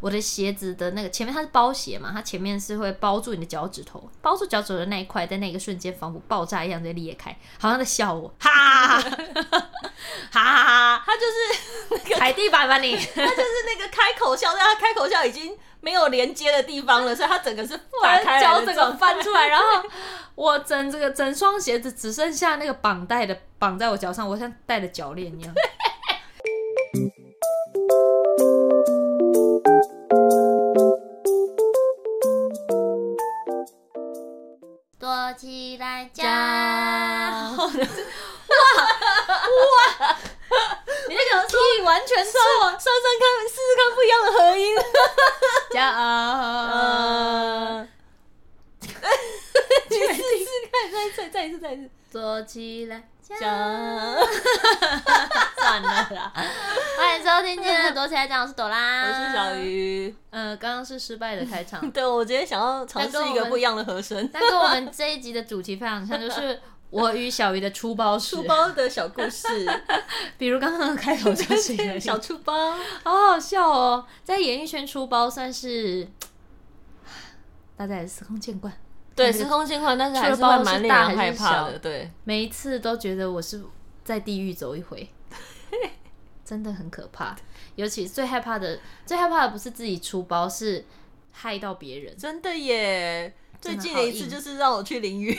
我的鞋子的那个前面它是包鞋嘛，它前面是会包住你的脚趾头，包住脚趾头的那一块，在那个瞬间仿佛爆炸一样在裂开，好像在笑我，哈哈哈哈哈哈哈他就是哈，踩地板吧你，他就是那个开口笑，但他开口笑已经没有连接的地方了，所以他整个是打开脚来整的个状态。翻出来，然后我整这个整双鞋子只剩下那个绑带的绑在我脚上，我像戴了脚链一样。躲起来讲讲。你那个 T 完全错，算算看，试试看不一样的合音。加啊！嗯， 你试试看，再再再一次，再一次。坐起来讲， 算了啦，欢迎收听今天的躲起来讲，我是朵我拉，是小。鱼。嗯，刚刚是失败的开场，对，我今天想要尝试一个不一样的和声，但跟我们这一集的主题非常像，就是我与小鱼的出包史书，包的小故 事，比如刚刚的开头 就是一个小书包。好好笑哦，在演艺圈出包算是 大家也司空见惯，对，司空见惯，但是除还了是包会是蛮令大还人害是怕小的。对，每一次都觉得我是在地狱走一 回，真的很可怕。尤其最害怕的，最害怕的不是自己出包，是害到别 人。真的耶。最真的近好的一次硬就是让我去淋雨，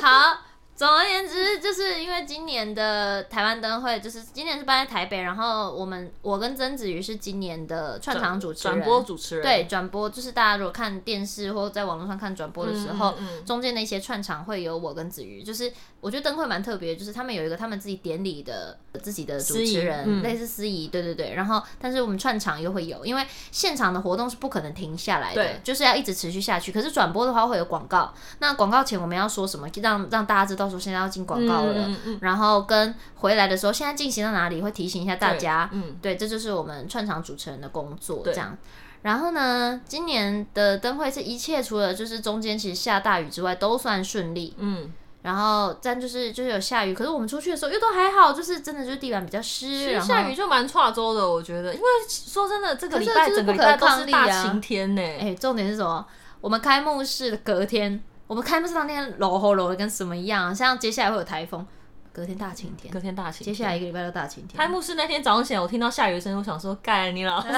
好，总而言之，就是因为今年的台湾灯会，就是今年是办在台北，然后我们我跟曾子瑜是今年的串场主持人，转播主持人，对，转播就是大家如果看电视或在网络上看转播的时候，嗯嗯嗯中间的一些串场会有我跟子瑜，就是我觉得灯会蛮特别，就是他们有一个他们自己典礼的自己的主司仪持人，嗯类似司仪，对对对。然后，但是我们串场又会有，因为现场的活动是不可能停下来的对，就是要一直持续下去。可是转播的话会有广告，那广告前我们要说什么，让让大家知道说现在要进广告了，嗯嗯嗯然后跟回来的时候现在进行到哪里会提醒一下大家，对嗯，对，这就是我们串场主持人的工作这对样。然后呢，今年的灯会是一切除了就是中间其实下大雨之外都算顺利，嗯，然后但就是就是有下雨，可是我们出去的时候又都还好，就是真的就是地板比较湿，其然实后下雨就蛮跨周的，我觉得，因为说真的，这个礼可拜是这是整个礼拜不可都抗是力啊大晴天呢、哎、重点是什么？我们开幕式的隔天，我们开幕式当天楼吼楼的跟什么一样，像接下来会有台风，隔天大晴天隔，天大晴接天。下来一个礼拜都大晴天。开幕式那天早上起来，我听到下雨的声音，我想说，干你 老师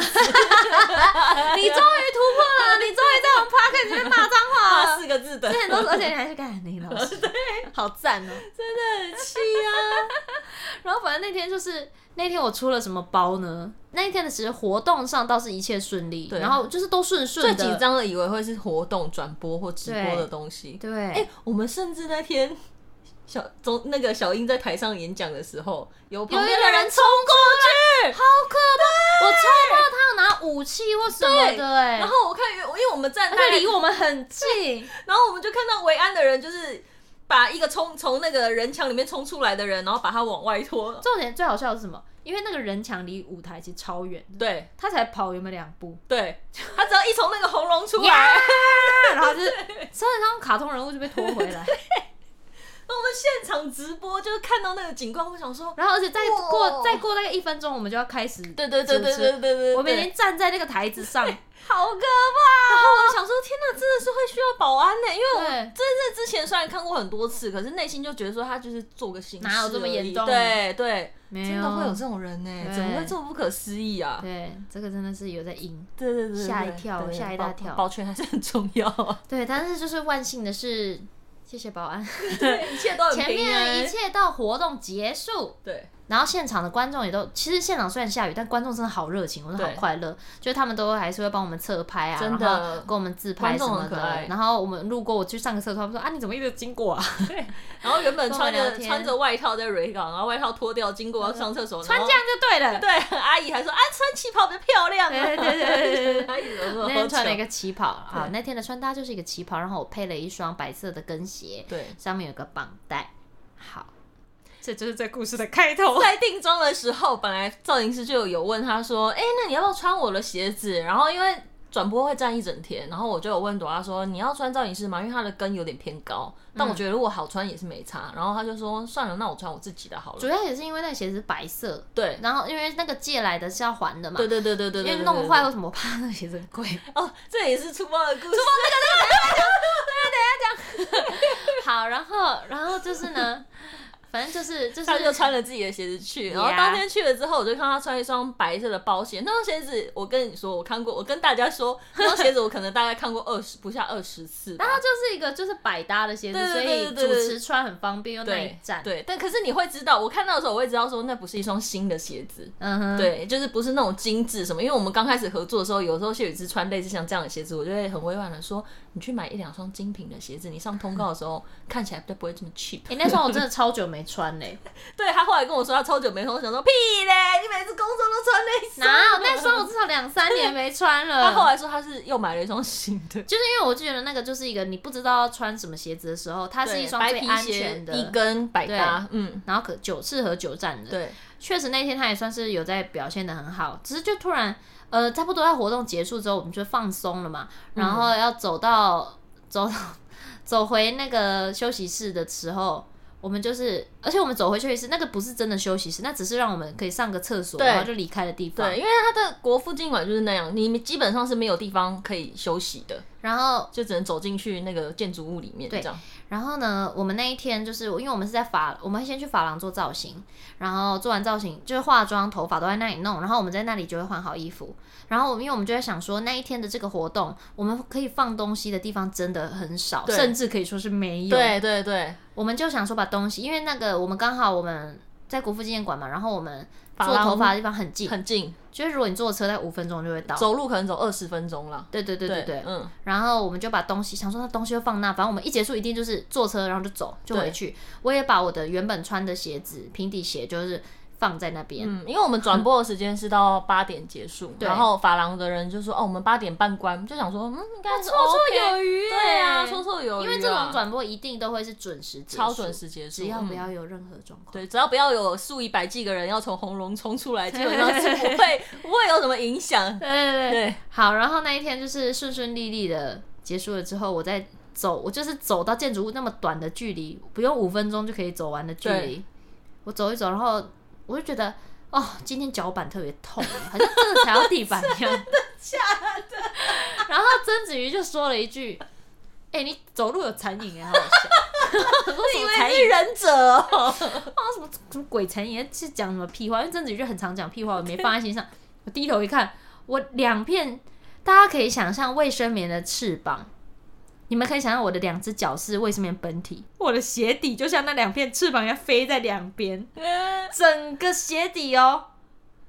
你终于突破 了，你终于在我们 p a r k 里面骂脏话了。四个字的，之前都是，而且你还是干你老师，对， 好赞哦、真的很气啊！然后反正那天就是那天我出了什么包呢？那一天的其实活动上倒是一切顺利，对然后就是都顺顺的。最紧张的以为会是活动转播或直播的东西。对，哎、我们甚至那天小总那个小英在台上演讲的时候，有有旁一边个的人人冲过去，好可怕！我超怕他有拿武器或什么对的、哎，然后我看，因为因为我们站他在就离我们很近，然后我们就看到维安的人就是把一个冲从那个人墙里面冲出来的人，然后把他往外拖。重点最好笑的是什么？因为那个人墙离舞台其实超远，对他才跑有没有两步，对，他只要一从那个红龙出来，呀然后就是身上卡通人物就被拖回 来。那我们现场直播就是看到那个景观，我想说，然后而且再哇过再过大概一分钟，我们就要开始。对对对对对对对对，我们已经站在那个台子 上，好可怕、然后我就想说，天哪，真的是会需要保安呢、因为我对真的之前虽然看过很多次，可是内心就觉得说他就是做个形式而已，哪有这么严重对对，没真的会有这种人呢、对怎么会这么不可思议啊？对，这个真的是有在赢。对对对，对吓一跳对吓一大跳保保全还是很重 要啊。对，但是就是万幸的是，谢谢保安。对，一切都很前平安面一切到活动结束，对然后现场的观众也都，其实现场虽然下雨，但观众真的好热情，我都好对快乐。就是他们都还是会帮我们侧拍啊，真的然后跟我们自拍观什众么很可爱的。然后我们路过，我去上个厕所，他们说啊，你怎么一直经 过啊？对，然后原本穿跟我聊着天嗯穿着外套在瑞港，然后外套脱掉，经过上厕所，穿然这后样就对了。对， 阿姨还说啊，穿旗袍比较漂亮啊。对对对对对 阿姨怎么那说天穿了一个旗袍啊，对那天的穿搭就是一个旗袍，然后我配了一双白色的跟鞋，对。上面有个绑带。好，这就是这故事的开头。在定妆的时候，本来造型师就有问他说：“哎、那你要不要穿我的鞋子？”然后因为转播会站一整天，然后我就有问朵拉说你要穿造型师吗？因为它的跟有点偏高，但嗯我觉得如果好穿也是没差。然后他就说算了，那我穿我自己的好主了。要也是因为那个鞋子是白色，对，然后因为那个借来的是要还的嘛，对对对对对因对，为对弄坏为什么我怕那个鞋子很贵？哦，这也是粗暴的故事。好，然后然后就是呢，反正就是就是他就穿了自己的鞋子去，然后 Yeah 当天去了之后，我就看他穿一双白色的包鞋。那双鞋子，我跟你说，我看过，我跟大家说，那双鞋子我可能大概看过二十不下二十次吧。 它就是一个就是百搭的鞋子，对所对以对对主对持穿很方便又耐对站。对，但可是你会知道，我看到的时候我会知道说那不是一双新的鞋子，嗯哼，对，就是不是那种精致什么。因为我们刚开始合作的时候，有时候谢雨之穿类似像这样的鞋子，我就会很委婉的说，你去买一两双精品的鞋子，你上通告的时候看起来比较不会这么 cheap。哎、那双我真的超久没穿 嘞、对他后来跟我说他超久没穿，我想说屁嘞，你每次工作都穿那双。哪有那双我至少两三年没穿了。他后来说他是又买了一双新的，就是因为我就觉得那个就是一个你不知道要穿什么鞋子的时候，它是一双白最皮安鞋全的，一根百搭，嗯，然后可久适合久站的。对，确实那天他也算是有在表现的很好，只是就突然呃，差不多在活动结束之后，我们就放松了嘛，嗯然后要走到、走到 走回那个休息室的时候。我们就是，而且我们走回休息室，那个不是真的休息室，那只是让我们可以上个厕所，对然后就离开的地方。对，因为他的国父纪念馆就是那样，你基本上是没有地方可以休息的，然后就只能走进去那个建筑物里面这样。然后呢，我们那一天就是因为我们是在法，我们先去发廊做造型，然后做完造型就是化妆、头发都在那里弄，然后我们在那里就会换好衣服。然后我们因为我们就在想说，那一天的这个活动，我们可以放东西的地方真的很少，对甚至可以说是没有。对对对，我们就想说把东西，因为那个我们刚好我们在国父纪念馆嘛，然后我们做廊头发的地方很近，很近，就是如果你坐车在五分钟就会到。走路可能走二十分钟啦。对对对对对，嗯，然后我们就把东西想说那东西就放那，反正我们一结束一定就是坐车，然后就走就回去。我也把我的原本穿的鞋子平底鞋就是放在那边，嗯，因为我们转播的时间是到八点结束， 对然后法郎的人就说哦，我们八点半关，就想说嗯，应该是 OK 余对啊，绰绰有余因啊，为这种转播一定都会是准时结束超准，时结束，只要不嗯要有任何状况。对，只要不要有数以百计个人要从红龙冲出来，基本上是不会 不会有什么影响。对对对，对，好，然后那一天就是顺顺利利的结束了之后，我再走，我就是走到建筑物那么短的距离，不用五分钟就可以走完的距离，我走一走，然后我就觉得。哦，今天脚板特别痛，好像真的踩到地板一样。真的假 的？然后曾子瑜就说了一句：“哎、你走路有残影哎，好好笑。”我说什么残影？忍者哦、啊，什么什么鬼成言是讲什么屁话？因为郑子瑜就很常讲屁话，我没放在心上。 我低头一看，我两片，大家可以想象卫生棉的翅膀，你们可以想象我的两只脚是卫生棉本体，我的鞋底就像那两片翅膀一样飞在两边，整个鞋底哦，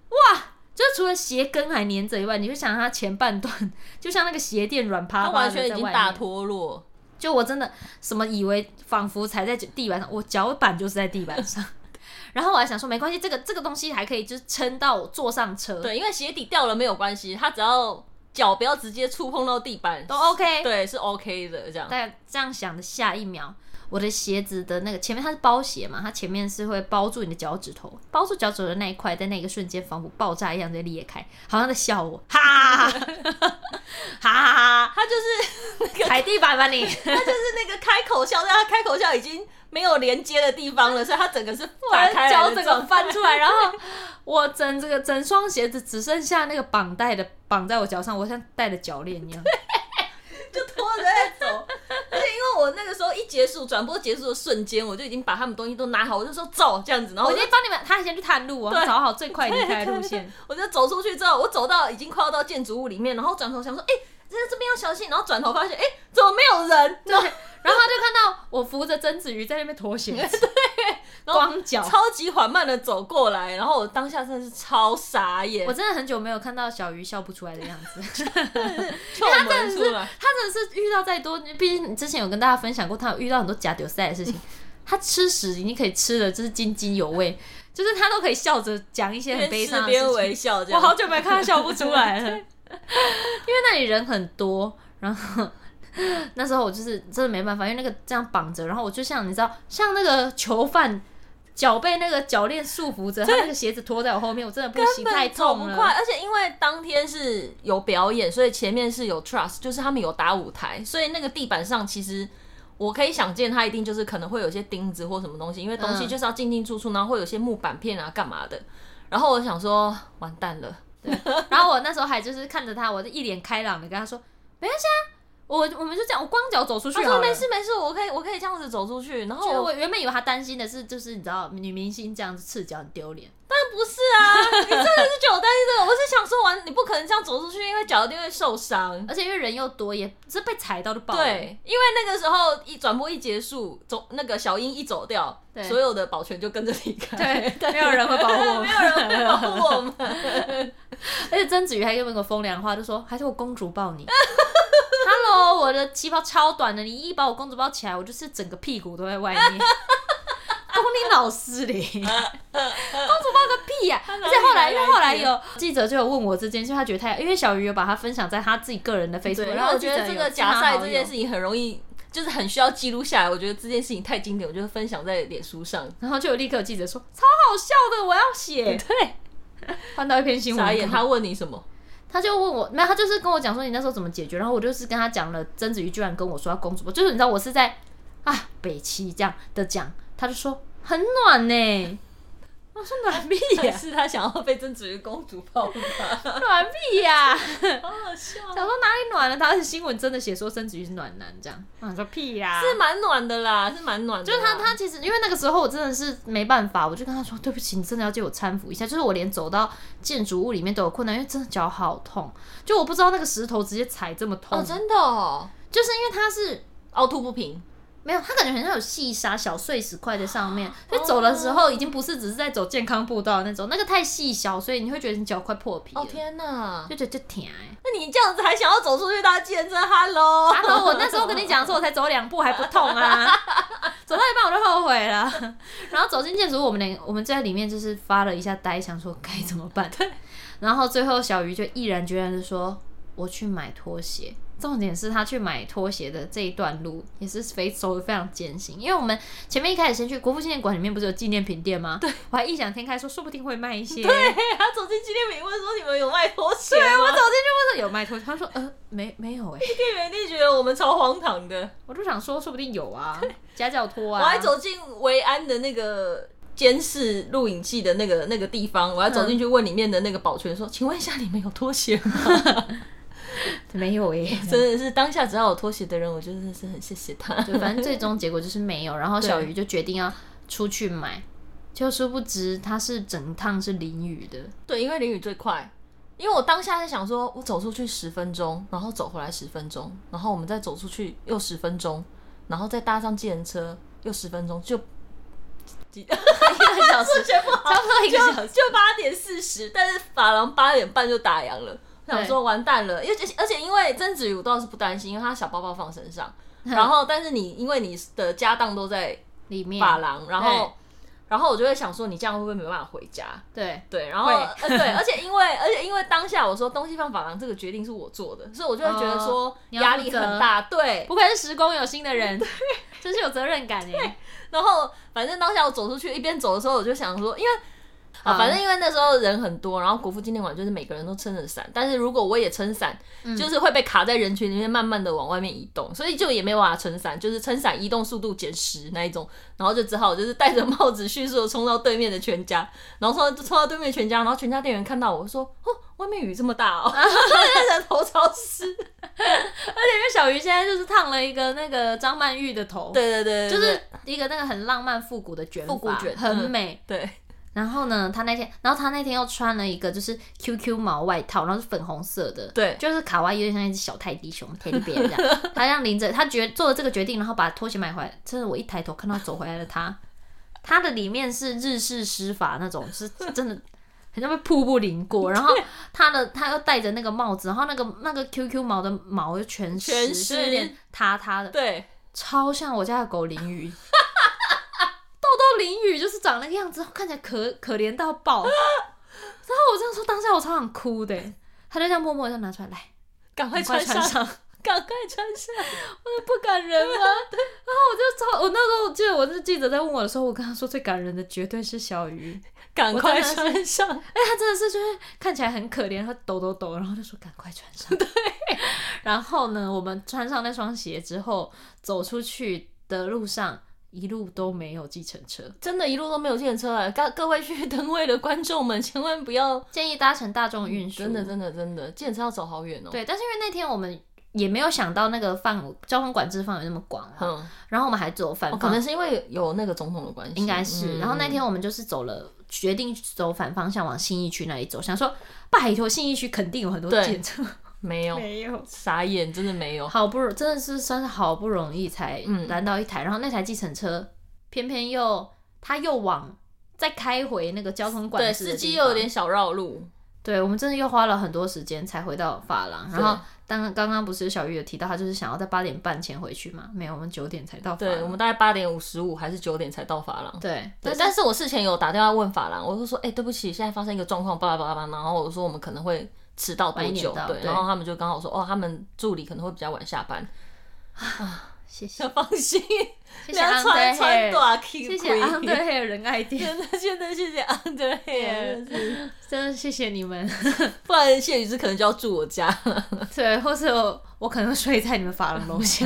哇！就除了鞋跟还粘着以外，你就想它前半段就像那个鞋垫软趴 他趴的，完全已经大。脱落， 就我真的什么以为仿佛踩在地板上，我脚板就是在地板上。 然后我还想说，没关系，这个这个东西还可以，就是撑到我坐上车，，对，因为鞋底掉了没有关系，他只要脚不要直接触碰到地板，都 OK。对是 OK 的这样。但这样想的下一秒，我的鞋子的那个前面它是包鞋嘛，它前面是会包住你的脚趾头，包住脚趾头的那一块，在那个瞬间仿佛爆炸一样在裂开，好像在笑 我，哈哈哈哈哈哈，他就是踩地板吧 你。他就是那个开口笑，但他开口笑已经没有连接的地方了，所以他整个是打开脚来整的个状态翻出来，然后我整这个整双鞋子只剩下那个绑带的绑在我脚上，我像戴了脚链一样。 就拖着在走。而且因为我那个时候一结束转播结束的瞬间，我就已经把他们东西都拿好，我就说走这样子，然后我我已就经帮你们，他先去探路哦，哦对找好最快离开的路线。 我就走出去之后，我走到已经快要到建筑物里面，然后转头想说，哎、在这边要小心，然后转头发现，哎、怎么没有人？然后然后他就看到我扶着曾子瑜在那边脱鞋子，然后光脚。超级缓慢的走过来，然后我当下真的是超傻眼我，真的很久没有看到小鱼笑不出来的样子， 臭门出来，他真的是遇到再多，毕竟你之前有跟大家分享过，他有遇到很多假丢塞的 事情，他吃屎已经可以吃的就是津津有味，就是他都可以笑着讲一些很边悲吃伤的事边情微。笑这我样。好久没看他笑不出来 了，因为那里人很多，然后那时候我就是真的没办法，因为那个这样绑着，然后我就像你知道，像那个囚犯脚被那个脚链束缚着，他那个鞋子拖在我后面，我真的不行，根本太走痛不了快，。而且因为当天是有表演，所以前面是有 trust，就是他们有打舞台，所以那个地板上其实我可以想见，它一定就是可能会有些钉子或什么东西，因为东西嗯就是要进进出出，然后会有些木板片啊干嘛的。然后我想说，完蛋了，然后我那时候还就是看着他，我就一脸开朗的跟他说：“没关系啊，我我们就这样，我光脚走出去他好啊了说没事没事，我可以我可以这样子走出去。然后就是我我原本以为他担心的是，就是你知道女明星这样子赤脚很丢脸，但不是啊，你真的是觉得我担心这个，我是想说完你不可能这样走出去，因为脚一定会受伤。而且因为人又多，也是被踩到就爆了。对，因为那个时候一转播一结束，走那个小英一走掉，对所有的保全就跟着离 开，对，没有人会保护我 没们。有人会保护 我们。 而且曾子瑜还用一个风凉话，就说：“还是我公主抱你。” Hello，我的旗袍超短的，你一把我公主抱起来，我就是整个屁股都在外面。 公你老师 嘞，公主抱个屁呀、哪里而且后来，来因来为后来钱有记者就有问我这件事，他觉得太，因为小鱼有把他分享在他自己个人的 Facebook，对，然然后后我我觉觉得得这这个个加赛夹赛这这件件事事，情很容易，就是很需要记录下来。我觉得这件事情太经典，我就分享在脸书上。然后就有立刻有记者说超好笑的，我要写， 对， 换到一篇新傻闻眼，稿，他问你什 么？他就问我，没有，他就是跟我讲说你那时候怎么解决，然后我就是跟他讲了，曾子瑜居然跟我说要公主抱，就是你知道我是在啊北齐这样的讲，他就说很暖呢、我说暖屁也呀、 是他想要被曾子瑜公主抱吧？ 暖屁呀、好好笑哦想说哪里暖了？啊他而且新闻真的写说曾子瑜是暖男这样，我想说屁呀、是蛮暖的啦，是蛮暖的就啦。是他，他其实因为那个时候我真的是没办法，我就跟他说对不起，你真的要借我搀扶一下。就是我连走到建筑物里面都有困难，因为真的脚好痛，就我不知道那个石头直接踩这么痛，哦，真的哦，就是因为它是凹凸不平。没有，它感觉很像有细沙、小碎石块在上哦面，所以走的时候已经不是只是在走健康步道那种，那个太细小，所以你会觉得你脚快破皮了，哦天哪！就觉得就甜哎、欸。那你这样子还想要走出去搭健身？Hello，然啊后我那时候跟你讲的时候，我才走两步还不痛啊，走到一半我就后悔了。然后走进建筑，物，我们两个我们在里面就是发了一下呆，想说该怎么办。然后最后小鱼就毅然决然的说：“我去买拖鞋。”重点是他去买拖鞋的这一段路也是非走的非常艰辛，因为我们前面一开始先去国父纪念馆里面不是有纪念品店吗？对，我还异想天开说说不定会卖一些。对，我对 他走进纪念品问说你们有卖拖鞋吗？走进去问说有卖拖鞋，他说呃没没有哎、店员一定觉得我们超荒唐的。我就想说说不定有啊，夹脚拖啊，我还走进维安的那个监视录影器的那个那个地方，我还走进去问里面的那个保全嗯说：“请问一下，你们有拖鞋吗没有哎、？”真的是当下只要有拖鞋的人，我就真的是很谢谢他。 对，反正最终结果就是没有。然后对小鱼就决定要出去买，就殊不知他是整趟是淋雨的。对，因为淋雨最快。因为我当下在想说，我走出去十分钟，然后走回来十分钟，然后我们再走出去又十分钟，然后再搭上计程车又十分钟，就 几一个小时，全部差不多一个小就八点四十，但是法郎八点半就打烊了。我想说完蛋了，因为而且因为曾子瑜我倒是不担心，因为他小包包放身上，然后但是你因为你的家当都在里面法郎，然对后然后我就会想说你这样会不会没办法回家？对，对，然后会呃对，而且因为而且因为当下我说东西放法郎这个决定是我做的，所以我就会觉得说哦你要压力很大。对，不愧是时工有心的人，真是有责任感哎。然后反正当下我走出去，一边走的时候我就想说，因为。啊，嗯反正因为那时候人很多，然后国父纪念馆就是每个人都撑着伞，但是如果我也撑伞，就是会被卡在人群里面，慢慢的往外面移动，所以就也没有办法撑伞，就是撑伞移动速度减十那一种，然后就只好就是戴着帽子迅速的冲到对面的全家，然后冲到冲到对面的全家，然后全家店员看到我说，哦，外面雨这么大哦，人头超湿，因为小鱼现在就是烫了一个那个张曼玉的头，，对对对对就对是一个那个很浪漫复古的卷发，复古卷很嗯美。对，然后呢，他那天，然后他那天又穿了一个就是 QQ 毛外套，然后是粉红色的，对就是卡哇伊，有点像一只小泰迪熊 teddy bear 这 样。他这样拎着，他决做了这个决定，然后把拖鞋买回来。真的，我一抬头看到走回来的他，他的里面是日式施法那种，是真的。很像被瀑布淋 过，然后他的他又戴着那个帽子，然后那个那个 QQ 毛的毛又全湿，全湿就有点塌塌的，对，超像我家的狗淋 雨，豆豆淋雨就是长那个样子，看起来可可怜到 爆。然后我这样说，当下我超想哭的欸，他就这样默默的拿出来，来，赶快赶快穿穿上，上，赶快穿上。 不感人吗？ 对，然后我就超，我那时候我记得我是记者在问我的时候，我跟他说最感人的绝对是小鱼，赶我真快的是穿上！哎，他真的是就是看起来很可怜，他抖抖抖，然后就说赶快穿上。 对，然后呢，我们穿上那双鞋之后，走出去的路上一路都没有计程车，真的，一路都没有见车啊！ 各各位去登位的观众们， 千万不要！建议搭乘大众运输。真的，真的，真的，见车要走好远哦。，对，但是因为那天我们也没有想到那个范围交通管制范围那么广啊、嗯，然后我们还走反哦方可能是因为有那个总统的关系，应该是。嗯然后那天我们就是走了，决定走反方向往信义区那里走，想说拜托信义区肯定有很多对建筑，嗯没有，没有，傻眼，真的没 有。好不容真的是算是好不容易才嗯拦到一台，然后那台计程车偏偏又他又往再开回那个交通管对，制的司地机方又有点小绕路，对我们真的又花了很多时间才回到发廊，然对后。当刚刚不是小玉有提到，他就是想要在八点半前回去嘛？没有，我们九点才到发廊。对我们大概八点五十五还是九点才到法郎。 对，对，但是我事前有打电话问法郎，我就说，哎、对不起，现在发生一个状况，巴拉巴拉巴拉，然后我说我们可能会迟到多晚一点久，到对，对然后他们就刚好说，哦，他们助理可能会比较晚下班，啊谢谢要 放心，谢不谢要穿穿 Underhair，短裤，谢谢 Underhair 仁爱店。 真的真的谢谢 Underhair，真的谢谢你们。 不然谢宇之可能就要住我家 了，对，或是我我可能会睡在你们发廊楼 下，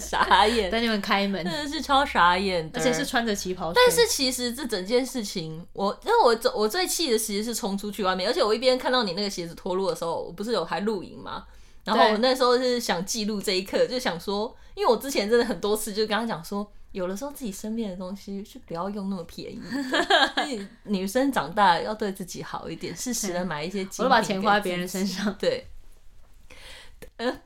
傻眼，等你们开门，真的是超傻眼的，而且是穿着旗袍睡。但 是其实这整件事情，我因为我走我最气的其实是冲出去外面，而且我一边看到你那个鞋子脱落的时候，我不是有还录影吗？然后对我那时候是想记录这一刻，就想说，因为我之前真的很多次就跟他讲说，有的时候自己身边的东西是不要用那么便宜的，就是女生长大要对自己好一点，适时的买一些精品我都把钱花在别给人自己。身上对，你哎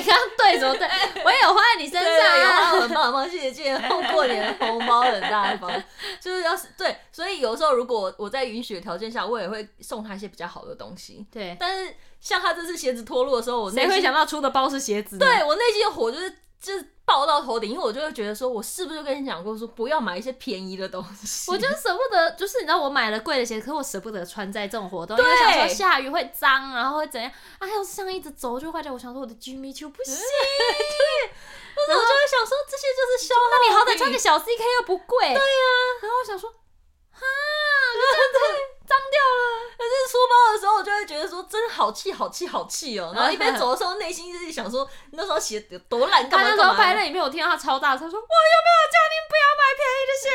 刚刚对什么 对？我也有花在你身对上有啊。花我很棒很棒，谢谢今年过年的红包很大方，就是要是对，所以有时候如果我在允许的条件下，我也会送他一些比较好的东西。对，但是像他这次鞋子脱落的时候，我内谁心会想到出的包是鞋子？对，我内心的火就是就是爆到头顶，因为我就会觉得说，我是不是就跟你讲过说不要买一些便宜的东西？我就舍不得，就是你知道我买了贵的鞋，可是我舍不得穿在这种活动，因为对想说下雨会脏，然后会怎样啊？要是这样一直走就坏掉，我想说我的 Jimmy Choo 不行， 但是我就会想说，这些就是消耗那你品。好歹穿个小 CK 又不贵。对呀、啊然后我想说，可是出包的时候，我就会觉得说，真好气，好气，好气哦。然后一边走的时候，内心就是想说，那时候鞋有多烂，干他那嘛干时嘛候的。拍了影片，我听到他超大声说：“我有没有叫你不要买便宜的鞋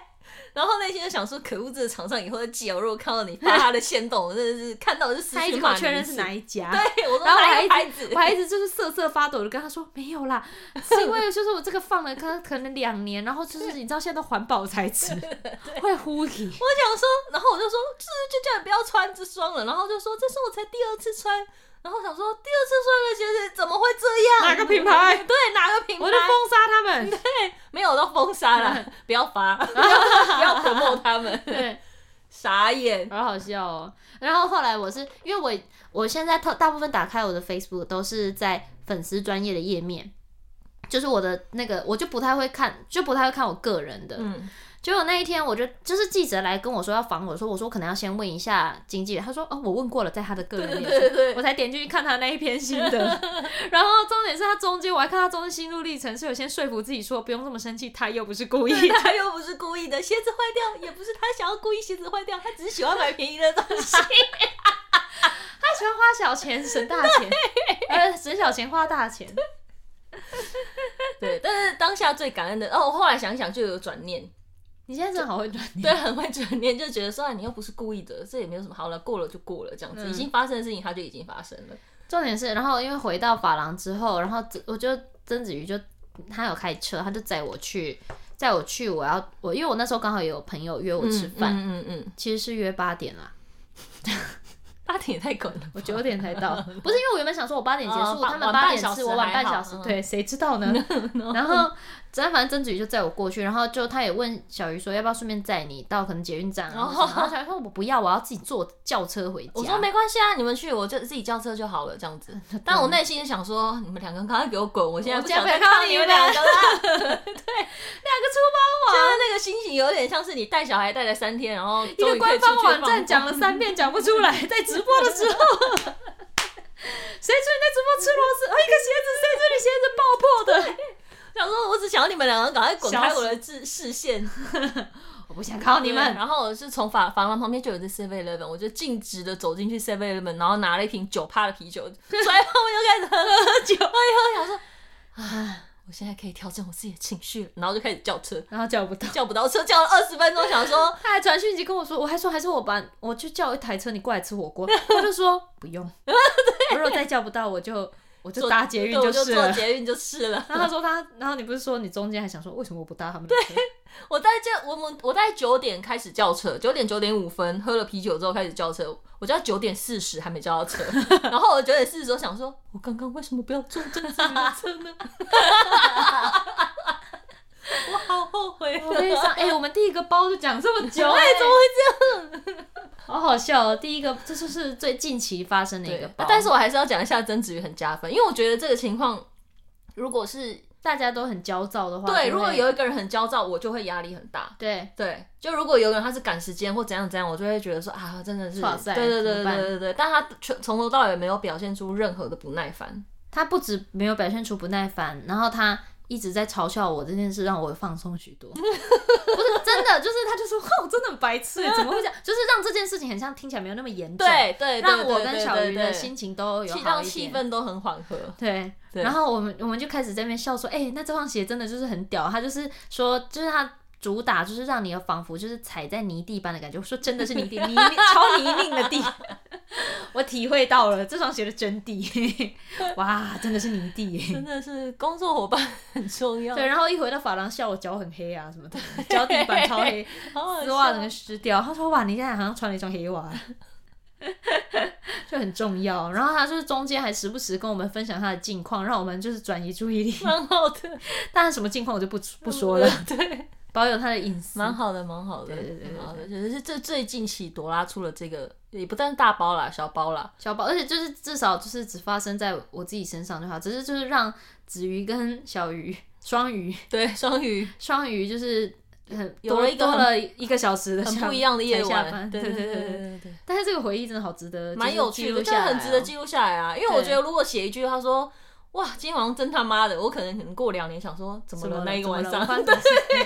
子？”然后内心就想说，可恶，这个厂商以后的借我如果看到你发他的线动，我真的是看到我就私他一直跟讯骂我你确认一次是哪。一家，对，我 说然后我哪还一一个直牌子？我还一直就是瑟瑟发抖的跟他说没有啦，是因为就是我这个放了可可能两年，然后就是你知道现在都环保材 质，会呼吸。我想说，然后我就说，这就叫你不要穿这双了。然后就说，这是我才第二次穿。然后想说，第二次穿的鞋子怎么会这样？哪个品牌 对，哪个品牌？我就嗯封杀他 们。没有，我都封杀了，不要 发，不要不要 promote 他们，对，傻眼。好好笑哦。然后后来我是因为我我现在特大部分打开我的 Facebook 都是在粉丝专业的页面，就是我的那个我就不太会看，就不太会看我个人的。嗯，结果那一天，我就就是记者来跟我说要访我的时候，我说我可能要先问一下经纪人，他说哦，我问过了，在他的个人脸书，嗯对对我才点进去看他那一篇新的。然后重点是他中间我还看他中间心路历程，是有先说服自己说不用这么生气，他又不是故意的。 他又不是故意的，鞋子坏掉也不是他想要故意鞋子坏掉，他只是喜欢买便宜的东西。他喜欢花小钱省大 钱，呃，省小钱花大钱。对，但是当下最感恩的，哦，我后来想想就有转念，你现在真的好会赚对，很会转念，就觉得说、啊、你又不是故意的，这也没有什么好了，过了就过了，这样子，嗯已经发生的事情它就已经发生了。重点是，然后因为回到发廊之后，然后这我就曾子瑜就他有开车，他就载我去，载我去我要我，因为我那时候刚好也有朋友约我吃饭，嗯嗯嗯，其实是约八点啦，八、点也太滚了吧，我九点才到，嗯不是因为我原本想说我八点结束，哦他们晚半八点小时吃，我晚半还好小时嗯，对，谁知道呢？然后，然反正曾子瑜就载我过去，然后就他也问小鱼说要不要顺便载你到可能捷运站啊，或者什么然后小鱼说我不要，我要自己坐轿车回家。哦我 说没关系啊，你们去，我就自己叫车就好了，这样子。但我内心想说，你们两个人赶快给我滚！我现在嗯我不现在想不想看再看到到你你们们两两个啦。对，两个出 包网，啊现在那个心情有点像是你带小孩带了三天，然后一 终个于可以官出方去网站放讲了三遍讲不出来，在直播的时候，谁准你在直播哦想要你们两个赶快滚消开失我的视视线，我不想看到你对啊 们。然后我是从法房廊旁边就有一只 Seven Eleven，我就径直的走进去 Seven Eleven，然后拿了一瓶九趴的啤酒，坐在旁边就开始喝酒。哎呦，想说，啊，我现在可以调整我自己的情绪了，然后就开始叫车，然后叫不到，叫不到车，叫了二十分钟，想说他还传讯息跟我说，我还说还是我把我去叫一台车，你过来吃火锅。 他就说不用，我如果再叫不到，我就我就坐搭捷运对我是坐了。捷运就是了。然后他说他，然后你不是说你中间还想说为什么我不搭他们的 车？我在这，我们我在九点开始叫车，九点九点五分喝了啤酒之后开始叫车，我叫九点四十还没叫到 车，然后我九点四十时候想说，我刚刚为什么不要坐这辆车呢？ 我好后悔好悲伤！哎、我们第一个包就讲这么久、 哎、怎么会这样？好好笑哦！第一个，这就是最近期发生的一个对啊包，，但是我还是要讲一下曾子瑜很加分，因为我觉得这个情况如果是大家都很焦躁的话，就会对，如果有一个人很焦躁，我就会压力很大。对对，就如果有个人他是赶时间或怎样怎样，我就会觉得说啊，真的是，哇塞对对怎对么对办对对对，但他从从头到尾没有表现出任何的不耐烦，他不止没有表现出不耐烦，然后他一直在嘲笑我这件事，让我放松许多。 不是真的，就是他就说， 哦，真的很白痴，怎么会这 样？就是让这件事情很像听起来没有那么严重，对对，对让我对跟对小对鱼对的心情都有气好让一气点。氛都很缓和，对，对然后我们我们就开始在那边笑说，哎、那这双鞋真的就是很屌，它就是说，就是它主打就是让你有仿佛就是踩在泥地般的感觉。我说真的是泥地，泥超泥泞的 地，我体会到了这双鞋的真谛， 哇，真的是泥地耶真。的是工作伙伴很重要，对，，然后一回到发廊，笑我脚很黑啊什么的， 脚底板超黑，好 好丝袜整笑个湿掉。他说：“哇，你现在好像穿了一双黑袜， 就很重要。”然后他就是中间还时不时跟我们分享他的近况，让我们就是转移注意力。蛮好的， 但是什么近况我就不不说嗯了，对，保有他的隐私。蛮好的，蛮好的，对对对对蛮好的，就是这最近期朵拉出了这个，也不但是大包啦，小包啦，小宝，而且就是至少就是只发生在我自己身上就好，只是就是让子瑜跟小鱼双鱼 对，双鱼双鱼就是很有多了一个多很了一个小时的很下不一样的夜才下班晚，对对对对对对对。对对。但是这个回忆真的好值得，蛮有趣的，就真是的很值得记记录下来啊。因为我啊对觉得如果写一句，他说。哇，今天晚上真他妈的！我可能可能过两年想说怎录么下来哦。了那一个晚怎么了上，怎么了我发生什么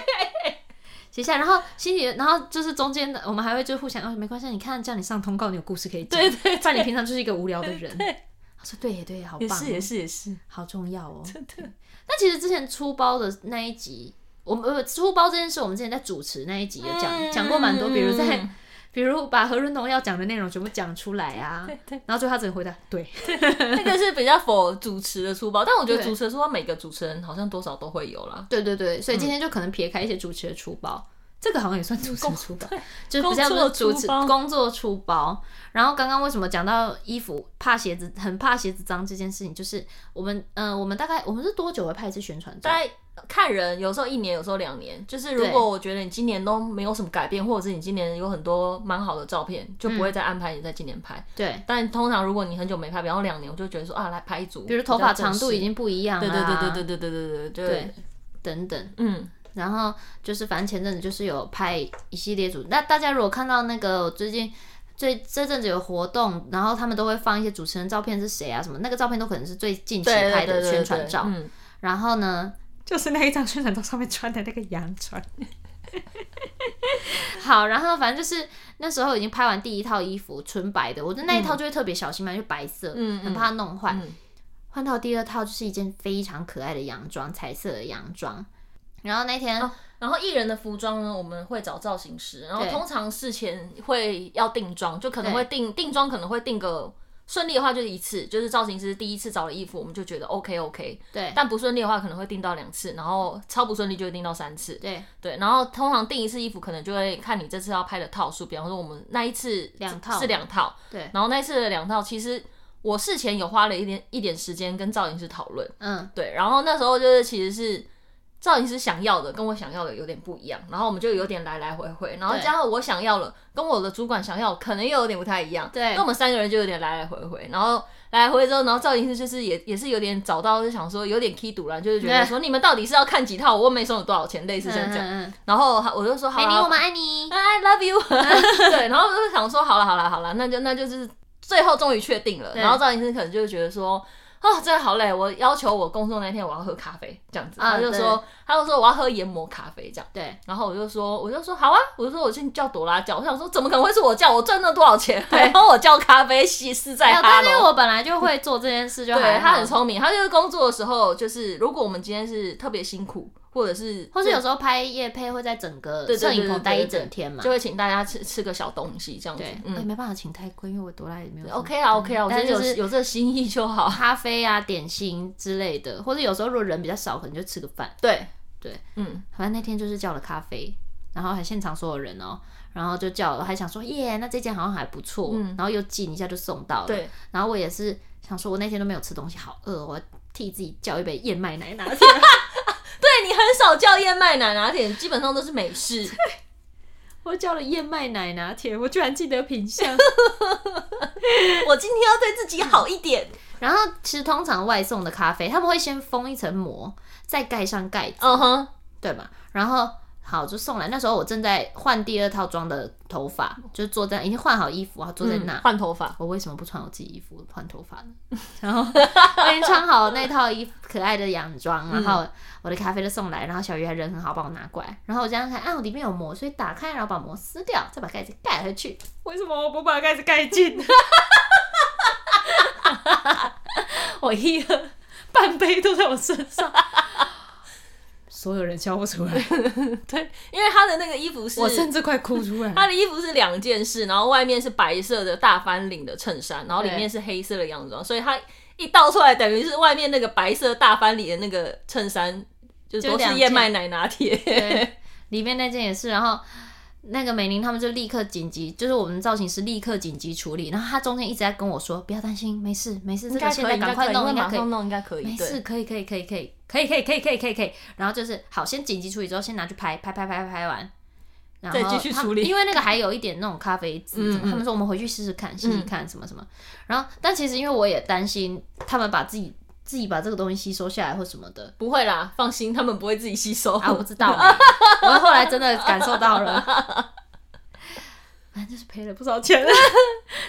事 写下来，然后心里，然后就是中间的，呃我们还会就互相，哦，没关系，你看叫你上通告，你有故事可以讲。对对，不然你平常就是一个无聊 的人。对他 说对耶对耶，好棒也哦，是也是也是，好重要哦。真的但其实之前出包的那一集，我们呃出包这件事，我们之前在主持那一集有讲讲、过蛮多，比如在嗯比如把何润东要讲的内容全部讲出来啊， 对对，然后最后他只能回答对，嗯那个是比较否主持的粗包，但我觉得对主持的粗包每个主持人好像多少都会有啦。对对对，所以今天就可能撇开一些主持的出包。嗯这个好像也算主持的 出包，就是比较不工作是主持出包工作出包。然后刚刚为什么讲到衣服怕鞋子，很怕鞋子脏这件事情，就是我们呃，我们大概我们是多久会拍一次宣传照？大概看人，有时候一年，有时候两年。就是如对果我觉得你今年都没有什么改变，或者是你今年有很多蛮好的照片，就不会再安排你在今年拍。对，但通常如果你很久没拍，比方两年，我就觉得说啊，来拍一组，比如头发长度已经不一样了、对对啊，对对对对对对对对，等等。嗯，然后就是，反正前阵子就是有拍一系列组，那大家如果看到那个我最近最这阵子有活动，然后他们都会放一些主持人照片是谁啊什么，那个照片都可能是最近期对拍的宣传照。嗯，然后呢，就是那一张宣传照上面穿的那个洋装。好，然后反正就是那时候已经拍完第一套衣服，纯白的，我的那一套就会特别小心嘛，就白色，嗯很怕弄坏。嗯换到第二套就是一件非常可爱的洋装，彩色的洋装。然后那天、然后艺人的服装呢，我们会找造型师，然后对通常事前会要定妆，就可能对会定定妆，可能会定个顺利的话就是一次，就是造型师第一次找的衣服，我们就觉得 OK OK，对但不顺利的话可能会定到两次，然后超不顺利就会定到三次，对对，然后通常订一次衣服，可能就会看你这次要拍的套数，比方说我们那一次两套是两套，对然后那一次的两套，其实我事前有花了一点一点时间跟造型师讨论，嗯，对，然后那时候就是其实是造型师想要的跟我想要的有点不一样，然后我们就有点来来回回，然后对加上我想要了跟我的主管想要可能又有点不太一样，对那我们三个人就有点来来回回，然后来来回回之后，然后造型师就是也也是有点找到就想说有点 key 堵了，就是觉得对说你们到底是要看几套，我又没收你多少钱，类似像这样，嗯嗯嗯然后我就说好啊美女，啦我们爱你。 I love you，对， 嗯 然后我就想说，好了好了好了，那就那就就是最后终于确定了。对然后赵医师可能就觉得说，哦，真的好累。我要求我工作那天我要喝咖啡，这样子，啊他就说，他就说我要喝研磨咖啡这样。对，然后我就说，我就说好啊，我就说我去叫朵拉叫，我想说怎么可能会是我叫？我赚那多少钱？对然后我叫咖啡是是在没有，哈哎但因为喽。我本来就会做这件事，就还对他好很，聪明，他就是工作的时候，就是如果我们今天是特别辛苦，或者是或是有时候拍夜配会在整个对对摄对影棚待对一对对整天嘛就，会请大家吃吃个小东西这样子对，，也嗯没办法请太贵，因为我多拉也没有什么。 ，OK 啊 OK 啊，我觉但得有就是有这心意就好。咖啡啊、点心之类的，或者有时候如果人比较少，可能就吃个饭。对对，嗯，反正那天就是叫了咖啡，然后还现场所有人哦、然后就叫了，还想说耶，那这间好像还不错，嗯然后又近一下就送到了。对，然后我也是想说，我那天都没有吃东西，好饿，我要替自己叫一杯燕麦奶拿铁。对你很少叫燕麦奶拿铁，基本上都是美式。我叫了燕麦奶拿铁，我居然记得品 相。我今天要对自己好一点。然后其实通常外送的咖啡，他们会先封一层膜，再盖上盖子，嗯哼，对吧？然后好就送来。那时候我正在换第二套装的头发，就坐在已经换好衣服啊，坐在那。嗯换头发。我为什么不穿我自己衣服换头发呢？ 然后我已经穿好那套衣服可爱的洋装，然后我的咖啡就送来，然后小鱼还人很好帮我拿过来，然后我这样看啊，里面有膜，所以打开然后把膜撕掉，再把盖子盖回去。为什么我不把盖子盖紧？ 我一喝半杯都在我身上，所有人笑不出来，对，因为他的那个衣服是，我甚至快哭出来。他的衣服是两件式，然后外面是白色的大翻领的衬衫，然后里面是黑色的洋装，所以他一倒出来，等于是外面那个白色大翻领的那个衬衫，就就都两是件燕麦奶拿铁。对，里面那件也是，然后那个美玲他们就立刻紧急，就是我们造型师立刻紧急处理，然后他中间一直在跟我说不要担心，没事没事，这个现在赶快弄，应该马可以上，弄，应该可以。没对事，可以可以可以可以可以可以可以可以可以可以，然后就是好，先紧急处理之后，先拿去拍拍拍拍拍完。然后再继续他处理因为那个还有一点那种咖啡渍，嗯什么嗯他们说我们回去试试看，试试看什么什么。然后，但其实因为我也担心他们把自己自己把这个东西吸收下来或什么的，不会啦，放心，他们不会自己吸收。啊，我不知道呢，我后来真的感受到了，反正就是赔了不少钱了。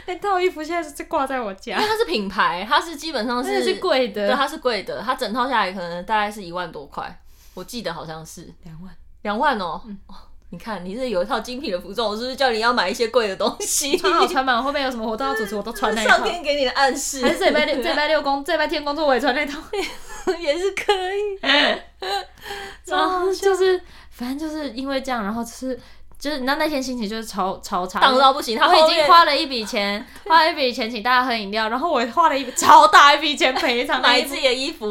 那套衣服现在是挂在我家因为它是品牌，它是基本上真的是是啊贵的，对，它是贵的，它整套下来可能大概是一万多块，我记得好像是两万。两万哦。嗯哦你看，你是有一套精品的服装，我是不是叫你要买一些贵的东西？穿好穿满，我后面有什么活动要主持，我都穿那一上 套。天给你的暗示，还是这礼拜六，这礼拜六工，这礼拜天工作我也穿那套。 也是可 以。然后就是，反正就是因为这样，然后就是。就是那那天心情就是超超差，荡到不行，他我后已经面花了一笔钱，花了一笔钱请大家喝饮料，然后我 花了一笔超大一笔钱赔 偿那买一自己的衣服，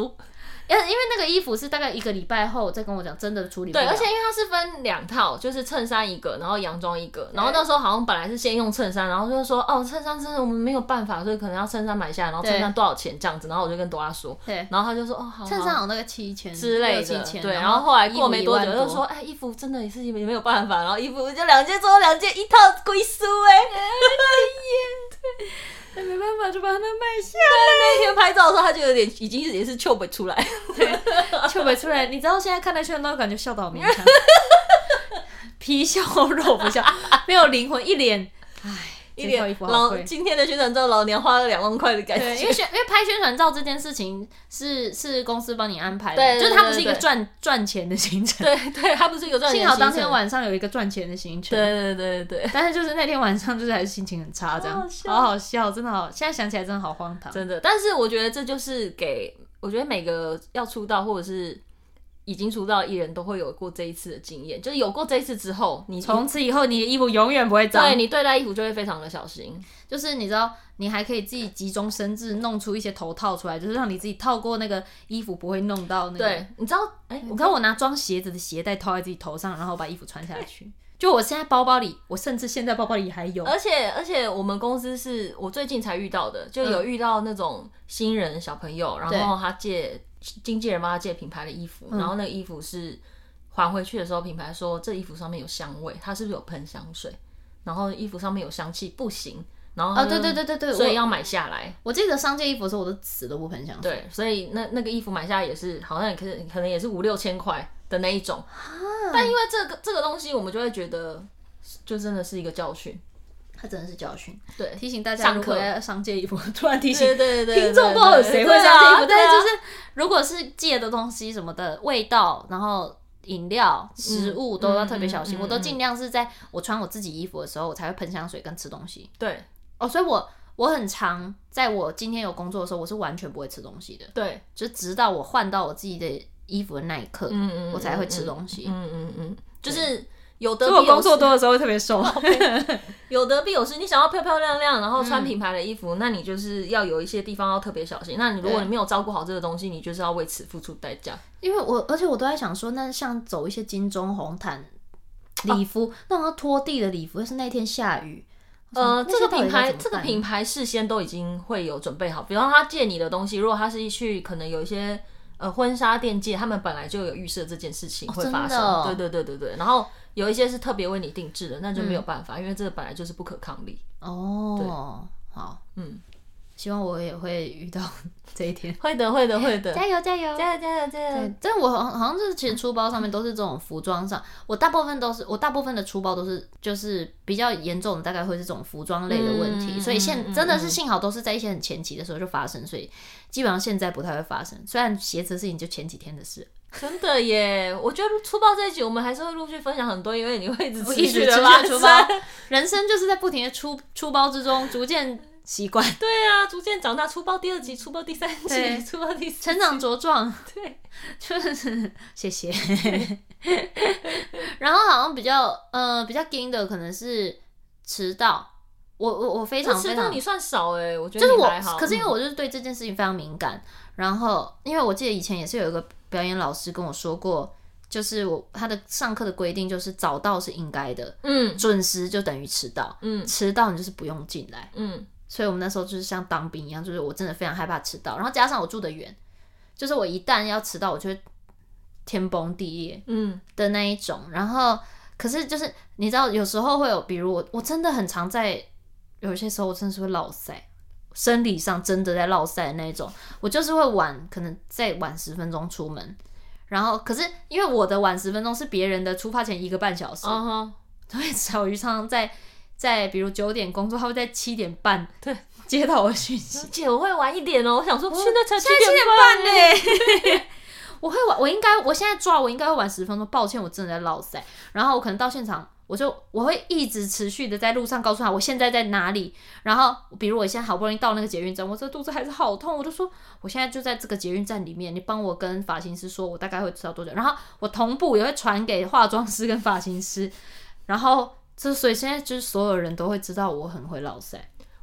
因因为那个衣服是大概一个礼拜后再跟我讲，真的处理不对，了。而且因为它是分两套，就是衬衫一个，然后洋装一个，然后那时候好像本来是先用衬衫，然后就说哦，衬衫真的我们没有办法，所以可能要衬衫买下来，然后衬衫多少钱这样子，然后我就跟朵拉说，对然后他就说哦，好，好衬衫好像大概七千之类六的七，千对。然然后后来衣服过没多一久，万就说哎，衣服真的也是也没有办法，然后衣服就两件，最后两件一套归宿哎。那哎没办法就把它卖下。那天拍照的时候，他就有点已经也是翘不出来， 秋北出来，你知道现在看那些人都感觉笑到勉强， 皮笑肉不笑，没有灵魂，一脸唉，一这套衣脸服好老贵。今天的宣传照，老娘花了两万块的感 对，因为觉。宣因为拍宣传照这件事情是是公司帮你安排的，对对就是它不是一个对对赚赚钱的行程。对对，他不是有赚钱幸好当行天程，晚上有一个赚钱的行程，对对对对对，但是就是那天晚上，就是还是心情很差，这样好好笑好好笑，真的好，现在想起来真的好荒唐。真的。但是我觉得这就是给我觉得每个要出道或者是。已经出道的艺人都会有过这一次的经验，就是有过这一次之后，你从此以后，你的衣服永远不会脏。对你对待衣服就会非常的小心。就是你知道，你还可以自己急中生智，弄出一些头套出来，就是让你自己套过那个衣服，不会弄到那个。对，，你知道，哎、你知道我拿装鞋子的鞋带套在自己头上，然后把衣服穿下去。就我现在包包里，我甚至现在包包里还有。而且而且我们公司是我最近才遇到的，就有遇到那种新人小朋友，嗯对然后他借经纪人帮他借品牌的衣服，嗯然后那个衣服是还回去的时候，品牌说这衣服上面有香味，他是不是有喷香水？然后衣服上面有香气，不行。然后他啊，就对对对对对，所以我要买下来。我记得上街衣服的时候，我都死都不喷香水。对，所以那那个衣服买下来也是，好像也可可能也是五六千块的那一种。但因为这个这个东西，我们就会觉得，就真的是一个教训。它真的是教训，对，提醒大家上如果课要上借衣服，突然提醒对对对，听众不知道有谁会上这衣对啊服，对但啊是就是如果是借的东西什么的，味道，然后饮料、食物都要特别小嗯嗯心。嗯嗯我都尽量是在我穿我自己衣服的时候，我才会喷香水跟吃东西。对哦，所以我我很常在我今天有工作的时候，我是完全不会吃东西的，对，就直到我换到我自己的衣服的那一刻，嗯嗯，我才会嗯吃东西。嗯嗯嗯，就是有得所以必我有工作失，多的时候会特别瘦。有得必有失。你想要漂漂亮亮，然后穿品牌的衣服，那你就是要有一些地方要特别小心。那你如果嗯对你没有照顾好这个东西，你就是要为此付出代价。因为我，而且我都在想说，那像走一些金钟红毯礼服，那种要拖地的礼服，要是那天下雨，呃，那这些个到底品该牌怎么这个办品牌事先都已经会有准备好，比方他借你的东西，如果他是去可能有一些呃婚纱店借，他们本来就有预设这件事情会真发的生，哦对对对对对。然后有一些是特别为你定制的，那就没有办法，因为这个本来就是不可抗力。哦，好，嗯，希望我也会遇到这一天。会的，会的，会的。加油加油！加油加油加油！对，但我好像好像就是其实出包上面都是这种服装上，我大部分都是我大部分的出包都是就是比较严重的，大概会是这种服装类的问题，嗯所以现、嗯嗯真的是嗯幸好都是在一些很前期的时候就发生，所以基本上现在不太会发生。虽然鞋子的事情就前几天的事，真的耶！我觉得粗暴这一集，我们还是会陆续分享很多，因为你会一直我持一续直的持发续地生出。包，人生就是在不停的出出包之中逐渐习惯，对啊，逐渐长大，粗暴第二集，粗暴第三集， 对粗暴第四集成长茁 壮，对，就是谢 谢。然后好像比较呃比较硬的可能是迟到，我我我非常非迟到常你算少哎、我觉得就是你我还好，可是因为嗯我就是对这件事情非常敏感。然后因为我记得以前也是有一个表演老师跟我说过，就是我他的上课的规定就是早到是应该的，嗯准时就等于迟到，嗯迟到你就是不用进来。嗯所以我们那时候就是像当兵一样，就是我真的非常害怕迟到，然后加上我住得远，就是我一旦要迟到，我就会天崩地裂嗯的那一种。然后，可是就是你知道，有时候会有，比如我，我真的很常在有些时候，我真的是会落塞，生理上真的在落塞的那一种。我就是会晚，可能再晚十分钟出门。然后，可是因为我的晚十分钟是别人的出发前一个半小时，啊哈，所以小鱼常常在在比如九点工作，他会在七点半对接到我的讯息。姐我会晚一点哦，我想说现在才七现在七点点半，半呢、我会晚，我应该，我现在抓，我应该会晚十分钟。抱歉，我真的在落塞。然后我可能到现场，我就我会一直持续的在路上告诉他我现在在哪里。然后比如我现在好不容易到那个捷运站，我这肚子还是好痛，我就说我现在就在这个捷运站里面，你帮我跟发型师说我大概会迟到多久。然后我同步也会传给化妆师跟发型师，然后。这所以现在就是所有人都会知道我很会落塞，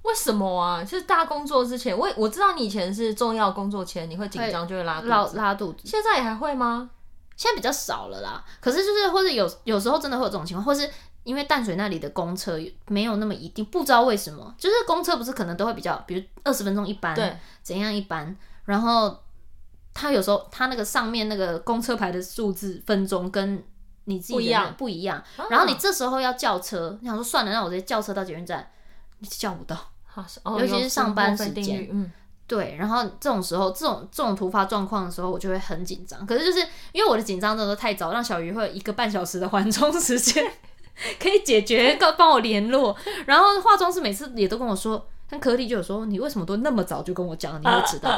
为什么啊？就是大家工作之前，我也我知道你以前是重要工作前你会紧张就会拉拉肚子，拉肚子。现在也还会吗？现在比较少了啦。可是就是或者有有时候真的会有这种情况，或是因为淡水那里的公车没有那么一定，不知道为什么，就是公车不是可能都会比较，比如二十分钟一班，对，怎样一班，然后他有时候他那个上面那个公车牌的数字分钟跟。你自己的不一样那不一样啊。然后你这时候要叫车，你想说算了，那我直接叫车到捷运站，你叫不到。好哦尤其是有上班墨菲时间定律嗯，对，然后这种时候，这种这种突发状况的时候，我就会很紧张。可是就是因为我的紧张真的都太早，让小鱼会有一个半小时的缓冲时间，可以解决，告帮我联络。然后化妆师每次也都跟我说，像可莉就有说，你为什么都那么早就跟我讲，你会迟到？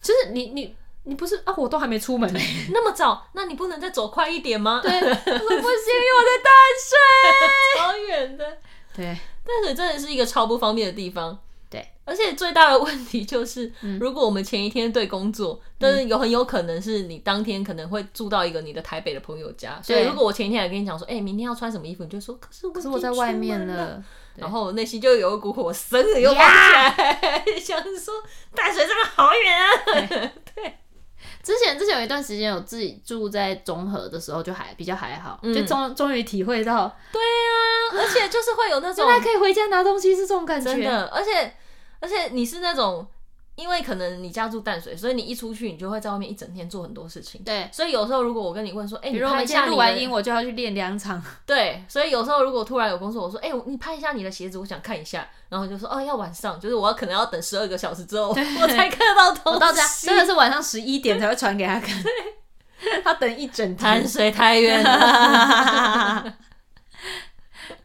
就是你你你不是啊，我都还没出门呢、那么早，那你不能再走快一点吗？ 对，，我说不行，因为我在淡超远的，水。对，淡水真的是一个超不方便的地方。对，嗯而且最大的问题就是，如果我们前一天对工作，但是有很有可能是你当天可能会住到一个你的台北的朋友家，所以对如果我前一天还跟你讲说，哎、明天要穿什么衣服，你就说，可是我可可是我在外面，了。然后我内心就有一股火生的又冒起来 想说淡水这边好远啊， 之前之前有一段时间，有自己住在中和的时候，就还比较还好，嗯就终终于体会到而且就是会有那种原来可以回家拿东西是这种感觉，真的，而且而且你是那种，因为可能你家住淡水，所以你一出去，你就会在外面一整天做很多事情。对。所以有时候如果我跟你问说，哎、比你如我拍们一今下天你录完的音，我就要去练两场，对，所以有时候如果突然有工作，我说，哎、我你拍一下你的鞋子，我想看一下，然后就说，哦，要晚上，就是我要可能要等十二个小时之后， 我才看得到东我西。到家 真的是晚上十一点才会传给他看，他等一整潭天。水太远了，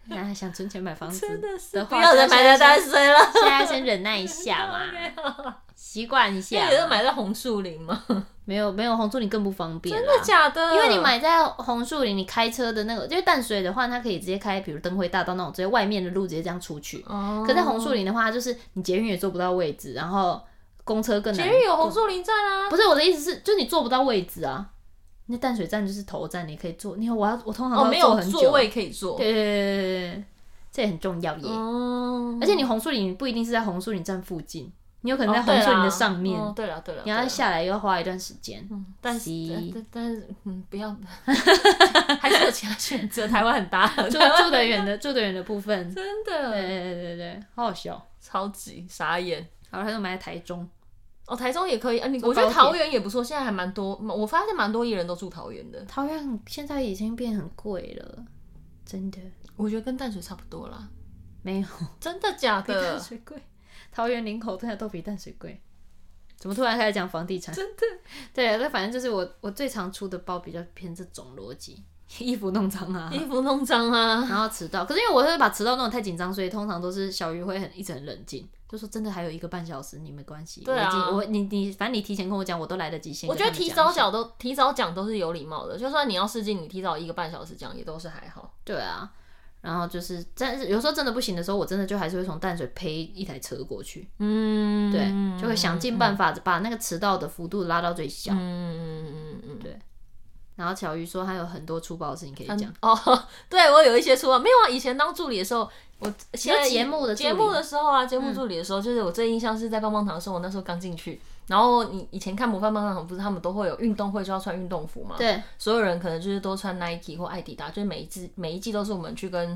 那想存钱买 房子真的是的不话，要再买在淡单，水 了。现在先忍耐一下嘛，习惯一现下在也是嘛。买在红树林吗？没有没有红树林更不方便，真的假的？因为你买在红树林，你开车的那个，因为淡水的话，它可以直接开，比如灯辉大道那种，直接外面的路直接这样出去。哦，可在红树林的话，它就是你捷运也坐不到位置，然后公车更捷难。运有红树林站啊。不是我的意思是，就你坐不到位置啊。那淡水站就是头站，你可以坐。你看我要我通常哦，都没要坐有很久。座位可以坐。对。对对对对对，这也很重要耶。哦，而且你红树林不一定是在红树林站附近，你有可能在哦对红树林啦的上面，哦对了对了，你要对啦下来又要花一段时间。嗯，但是洗但但是嗯，不 要，还是有其他选择。台湾很大， 住台湾住得远的住得远的部分，对真对的对对对，好好笑。超级傻眼。好了，他就买在台中，哦，台中也可以，啊、你坐我觉得高铁桃园也不错，现在还蛮多，我发现蛮多艺人都住桃园的，桃园很现在已经变很贵了，真的我觉得跟淡水差不多啦。 没有真的假比淡的？水贵。桃园林口真的都比淡水贵。怎么突然开始讲房地产？真的，对，那反正就是我我最常出的包比较偏这种逻辑， 衣服弄脏啊，衣服弄脏 啊！然后迟到。可是因为我会把迟到弄得太紧张，所以通常都是小鱼会很一直很冷静，就说真的还有一个半小时，你没关系，对啊我已经我你你反正你提前跟我讲，我都来得及先我跟觉他得们讲一提下。早讲都提早讲都是有礼貌的，就算你要试镜，你提早一个半小时讲也都是还好。对啊，然后就是，但是有时候真的不行的时候，我真的就还是会从淡水配一台车过去，嗯，对，就会想尽办法把那个迟到的幅度拉到最小。嗯。嗯嗯嗯嗯对然后小鱼说他有很多粗暴的事情可以嗯讲，哦，对我有一些说法没有啊。以前当助理的时候，我现在节目的助理节目的时候啊，节目助理的时候，就是我最印象是在棒棒糖的时候，我那时候刚进去。然后你以前看模范棒棒糖，不是他们都会有运动会就要穿运动服嘛？，对，所有人可能就是都穿 Nike 或艾迪达，就是每一季每一季都是我们去跟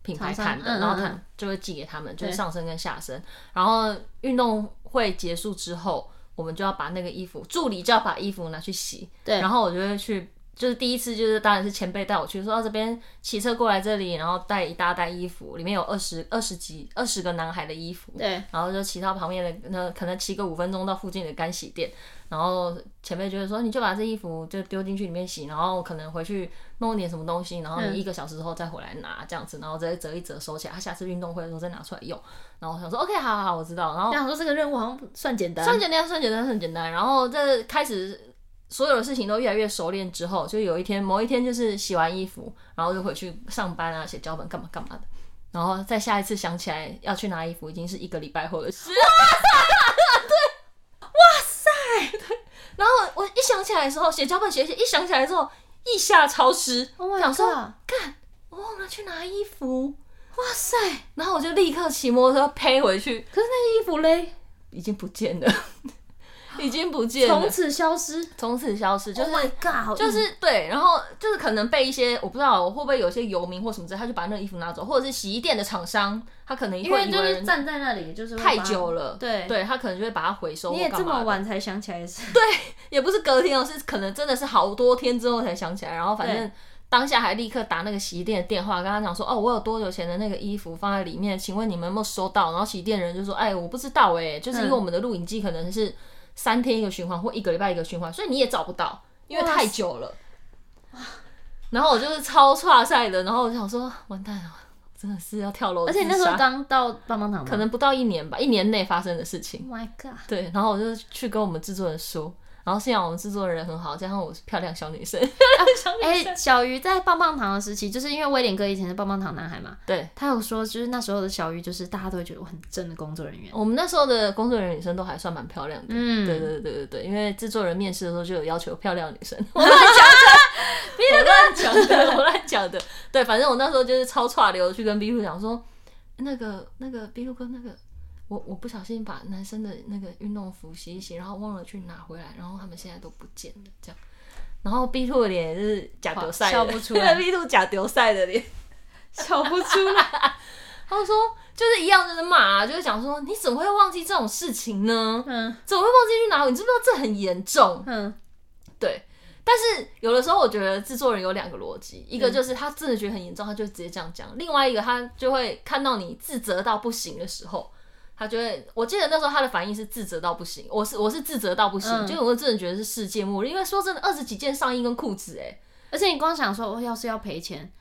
品牌谈厂商的，嗯然后嗯谈就会寄给他们，就是上身跟下身。然后运动会结束之后，我们就要把那个衣服，助理就要把衣服拿去洗。对然后我就会去。就是第一次，就是当然是前辈带我去，说到哦这边骑车过来这里，然后带一大袋衣服，里面有二十二十几二十个男孩的衣服，对，然后就骑到旁边的那可能骑个五分钟到附近的干洗店，然后前辈就会说你就把这衣服就丢进去里面洗，然后可能回去弄一点什么东西，然后你一个小时后再回来拿这样子，然后再折一折收起来，他下次运动会的时候再拿出来用。然后我想说 OK 好好好我知道，然后我想说这个任务好像哦算简单，算简单，算简单，算简单。然后这开始所有的事情都越来越熟练之后，就有一天，某一天就是洗完衣服，然后就回去上班啊，写脚本干嘛干嘛的。然后再下一次想起来要去拿衣服，已经是一个礼拜后的 事。哇塞，对，哇塞，对。然后我一想起来的时候，写脚本写一写，一想起来之后，一下超时， Oh my 想说 god 干，我忘了去拿衣服，哇塞，然后我就立刻骑摩托车呸回去，可是那衣服嘞，已经不见了， 已经不见了从，此消失，从此消失，就是、 Oh my god，好硬就是对，然后就是可能被一些我不知道会不会有些游民或什么之类，他就把那个衣服拿走，或者是洗衣店的厂商，他可能会因为就以是人站在那里，就是会太把它久了，对对他可能就会把它回收。你也这么，晚才想起来是，对，也不是隔天哦，是可能真的是好多天之后才想起来，然后反正对。当下还立刻打那个洗衣店的电话，跟他讲说：“哦，我有多久前的那个衣服放在里面，请问你们有没有收到？”然后洗衣店人就说：“哎，我不知道哎、就是因为嗯我们的录影机可能是三天一个循环或一个礼拜一个循环，所以你也找不到，因为太久了。”然后我就是超差赛的，然后我就想说：“完蛋了，真的是要跳楼自而杀！”且那时候刚到棒棒糖嘛，可能不到一年吧，一年内发生的事情。 Oh my god，对，然后我就去跟我们制作人说，然后幸好我们制作人很好，加上我是漂亮小女生， 哎、小鱼在棒棒糖的时期，就是因为威廉哥以前是棒棒糖男孩嘛，对他有说，就是那时候的小鱼，就是大家都会觉得我很正的工作人员。我们那时候的工作人员女生都还算蛮漂亮的。嗯，对对对对对，因为制作人面试的时候就有要求漂亮女 生，我乱讲的，我乱讲的，我乱讲的。对，反正我那时候就是超差流去跟 B 路讲说，那个那个 B 路哥那个，我我不小心把男生的那个运动服洗一洗，然后忘了去拿回来，然后他们现在都不见了，这样。然后 B 兔的脸就是假丢赛的，笑不出来，B 兔假丢赛的脸，笑不出来。他说就是一样就是骂、啊，就是讲说你怎么会忘记这种事情呢？嗯怎么会忘记去拿？你知不知道这很严重？嗯，对。但是有的时候，我觉得制作人有两个逻辑，一个就是他真的觉得很严重，他就直接这样讲；，另外一个他就会看到你自责到不行的时候，他就会，我记得那时候他的反应是自责到不行，我是我是自责到不行，嗯就我真的觉得是世界末日，因为说真的，二十几件上衣跟裤子、欸，哎，而且你光想说，我要是要赔钱，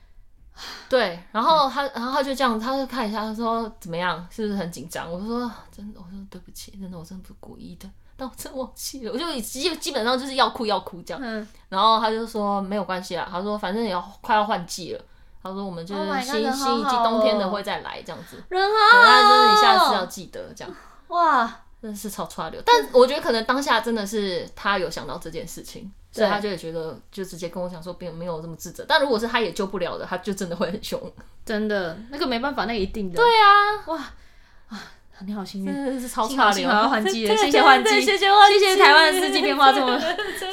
对，然后他，然后他就这样，他就看一下，他说怎么样，是不是很紧张？我说真的，我说对不起，真的，我真的不是故意的，但我真忘记了，我就基基本上就是要哭要哭这样。嗯，然后他就说没有关系啦，他说反正也要快要换季了，他说我们就是 Oh my god，新、人好新一季好冬天的哦会再来这样子，人对，好哦但是就是好，你下次要记得这样。哇，真的是超差流，但我觉得可能当下真的是他有想到这件事情，所以对他就也觉得就直接跟我讲说并没有这么自责。但如果是他也救不了的，他就真的会很凶。真的那个没办法，那个一定的，对啊，哇哇，你好幸运，真的是超幸差好流幸。 好要换季了，对谢谢换季，对谢谢谢换季，谢台湾的四季变化这 么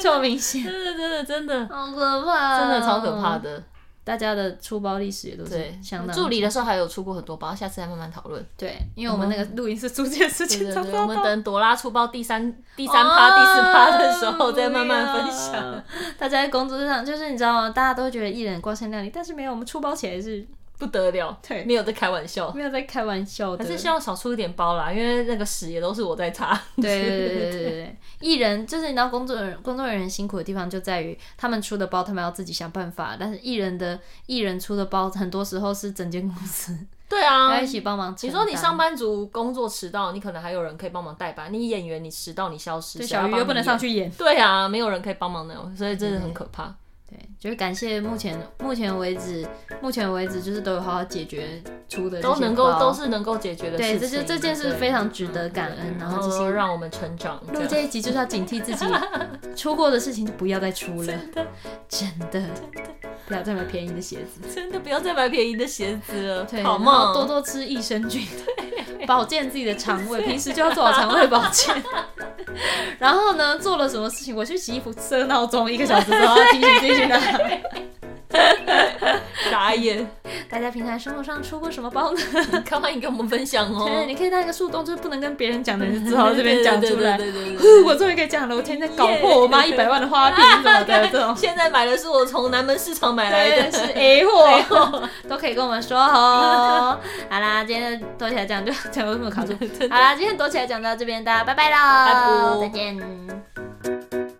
这么明显，真的真的真的好可嗯怕、真的超可怕。的。大家的出包历史也都是对相，当助理的时候还有出过很多包，下次再慢慢讨 论。对，因为我们那个录音是租借事对情，对超 对，我糟们糕等朵拉出包第三第三趴、哦第四趴的时候再慢慢分享。啊。不要 大家在工作上，就是你知道吗？大家都觉得艺人光鲜亮丽，但是没有，我们出包起来是不得了，对没有在开玩笑，没有在开玩笑的。还是希望少出一点包啦，因为那个屎也都是我在擦。对对对对对对，艺人就是你知道工作人工作人员辛苦的地方就在于他们出的包，他们要自己想办法。但是艺人的艺人出的包，很多时候是整间公司对啊要一，起帮忙承你担。说你上班族工作迟到，你可能还有人可以帮忙代班；你演员你迟到你消失，对谁要小鱼帮又你不能上去演演。，对啊，没有人可以帮忙那种，所以真的很可怕。对，就是感谢目前目前为止目前为止就是都有好好解决出的这些都能够包都是能够解决的对，事情。这就这件事对非常值得感恩，然然后后这些让我们成长。这录样这一集就是要警惕自己出过的事情就不要再出了，真的，不要再买便宜的鞋子，真的不要再买便宜的鞋子了，对，好然后吗？多多吃益生菌，保健自己的肠胃，平时就要做好肠胃保健。然后呢，做了什么事情，我去洗衣服设闹钟，一个小时之后要提醒自己去拿。傻眼，大家平常生活上出过什么包呢？看欢迎跟我们分享哦。对，你可以当一个树洞，就是不能跟别人讲的，你就只好这边讲出来。对对对对对对。呼我终于可以讲了，我前天搞破我妈一百万的花瓶什么的这种现在买的是我从南门市场买来对，的，是 A 货，都可以跟我们说哦。好啦，今天的躲起来讲就讲这么卡住。好 啦，今天躲起来讲到这边，大家拜拜啦，拜拜再见。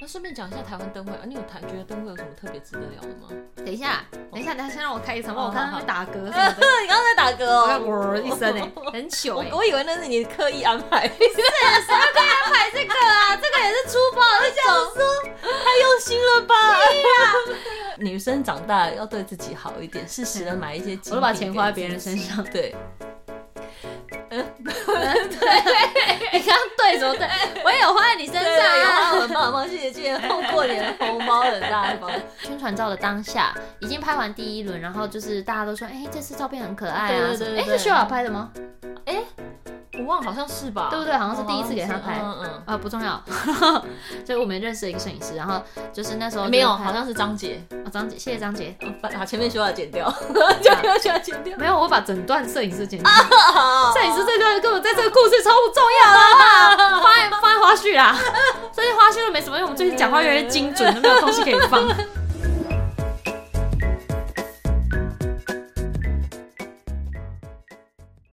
那顺便讲一下台湾灯会啊，你有台觉得灯会有什么特别值得聊的吗？等一下，等一下，等一下，先让我开一场，不然哦我看他好好们打嗝什么的，你刚刚在打嗝我看哦，我一声哎，很糗哎。我以为那是你刻意安 排，买这个啊，这个也是粗暴的一种。太用心了吧？ 女生长大要对自己好一点，适时的买一些精品给自己，我都把钱花在别人身上对，你刚刚对什么对？我也有花在你身对，上有啊。花红包，帮谢谢今年后过年红包很大 方，宣传照的当下，已经拍完第一轮，然后就是大家都说，哎、这次照片很可爱啊。对对对对哎、对是秀雅拍的吗？我忘了好像是吧？对不对好像是第一次给他拍嗯嗯啊，不重要。 就我们认识了一个摄影师，然后就是那时候嗯，就没有，拍好像是张姐，哦张姐，谢谢张姐。把把前面说要剪掉，前面说要剪掉。没有，我把整段摄影师剪掉。摄影师这段根本在这个故事超不重要的好不好，放在放在花絮啦。这些花絮都没什么用，我们最近讲话越来越精准，都没有东西可以放。